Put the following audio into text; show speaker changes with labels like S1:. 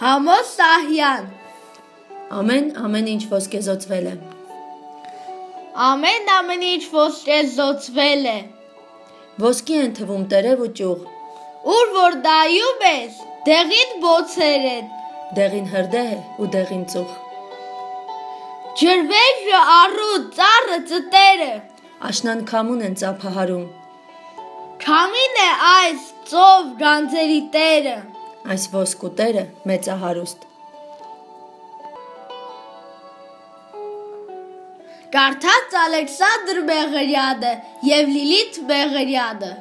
S1: Համոս Սահյան։
S2: Ամեն ամեն ինչ ոսկեզոծվել է։
S1: Ամեն ամեն ինչ ոչես զոծվել է։
S2: Ոսկի են թվում տերև ու ճյուղ,
S1: Ուր որ դայում ես, դեղին բոցեր են։
S2: դեղին հրդեհ է ու դեղին ծուխ։
S1: Ջրվեժը առու ծառը ծտերը։
S2: Աշնան քամուն են ծափահարում,
S1: Քամին է այս ծով գանձերի տերը։
S2: այս ոսկուտերը մեծահարուստ։
S1: Կարդաց Ալեքսանդր Մեղրյանը եւ Լիլիթ Մեղրյանը։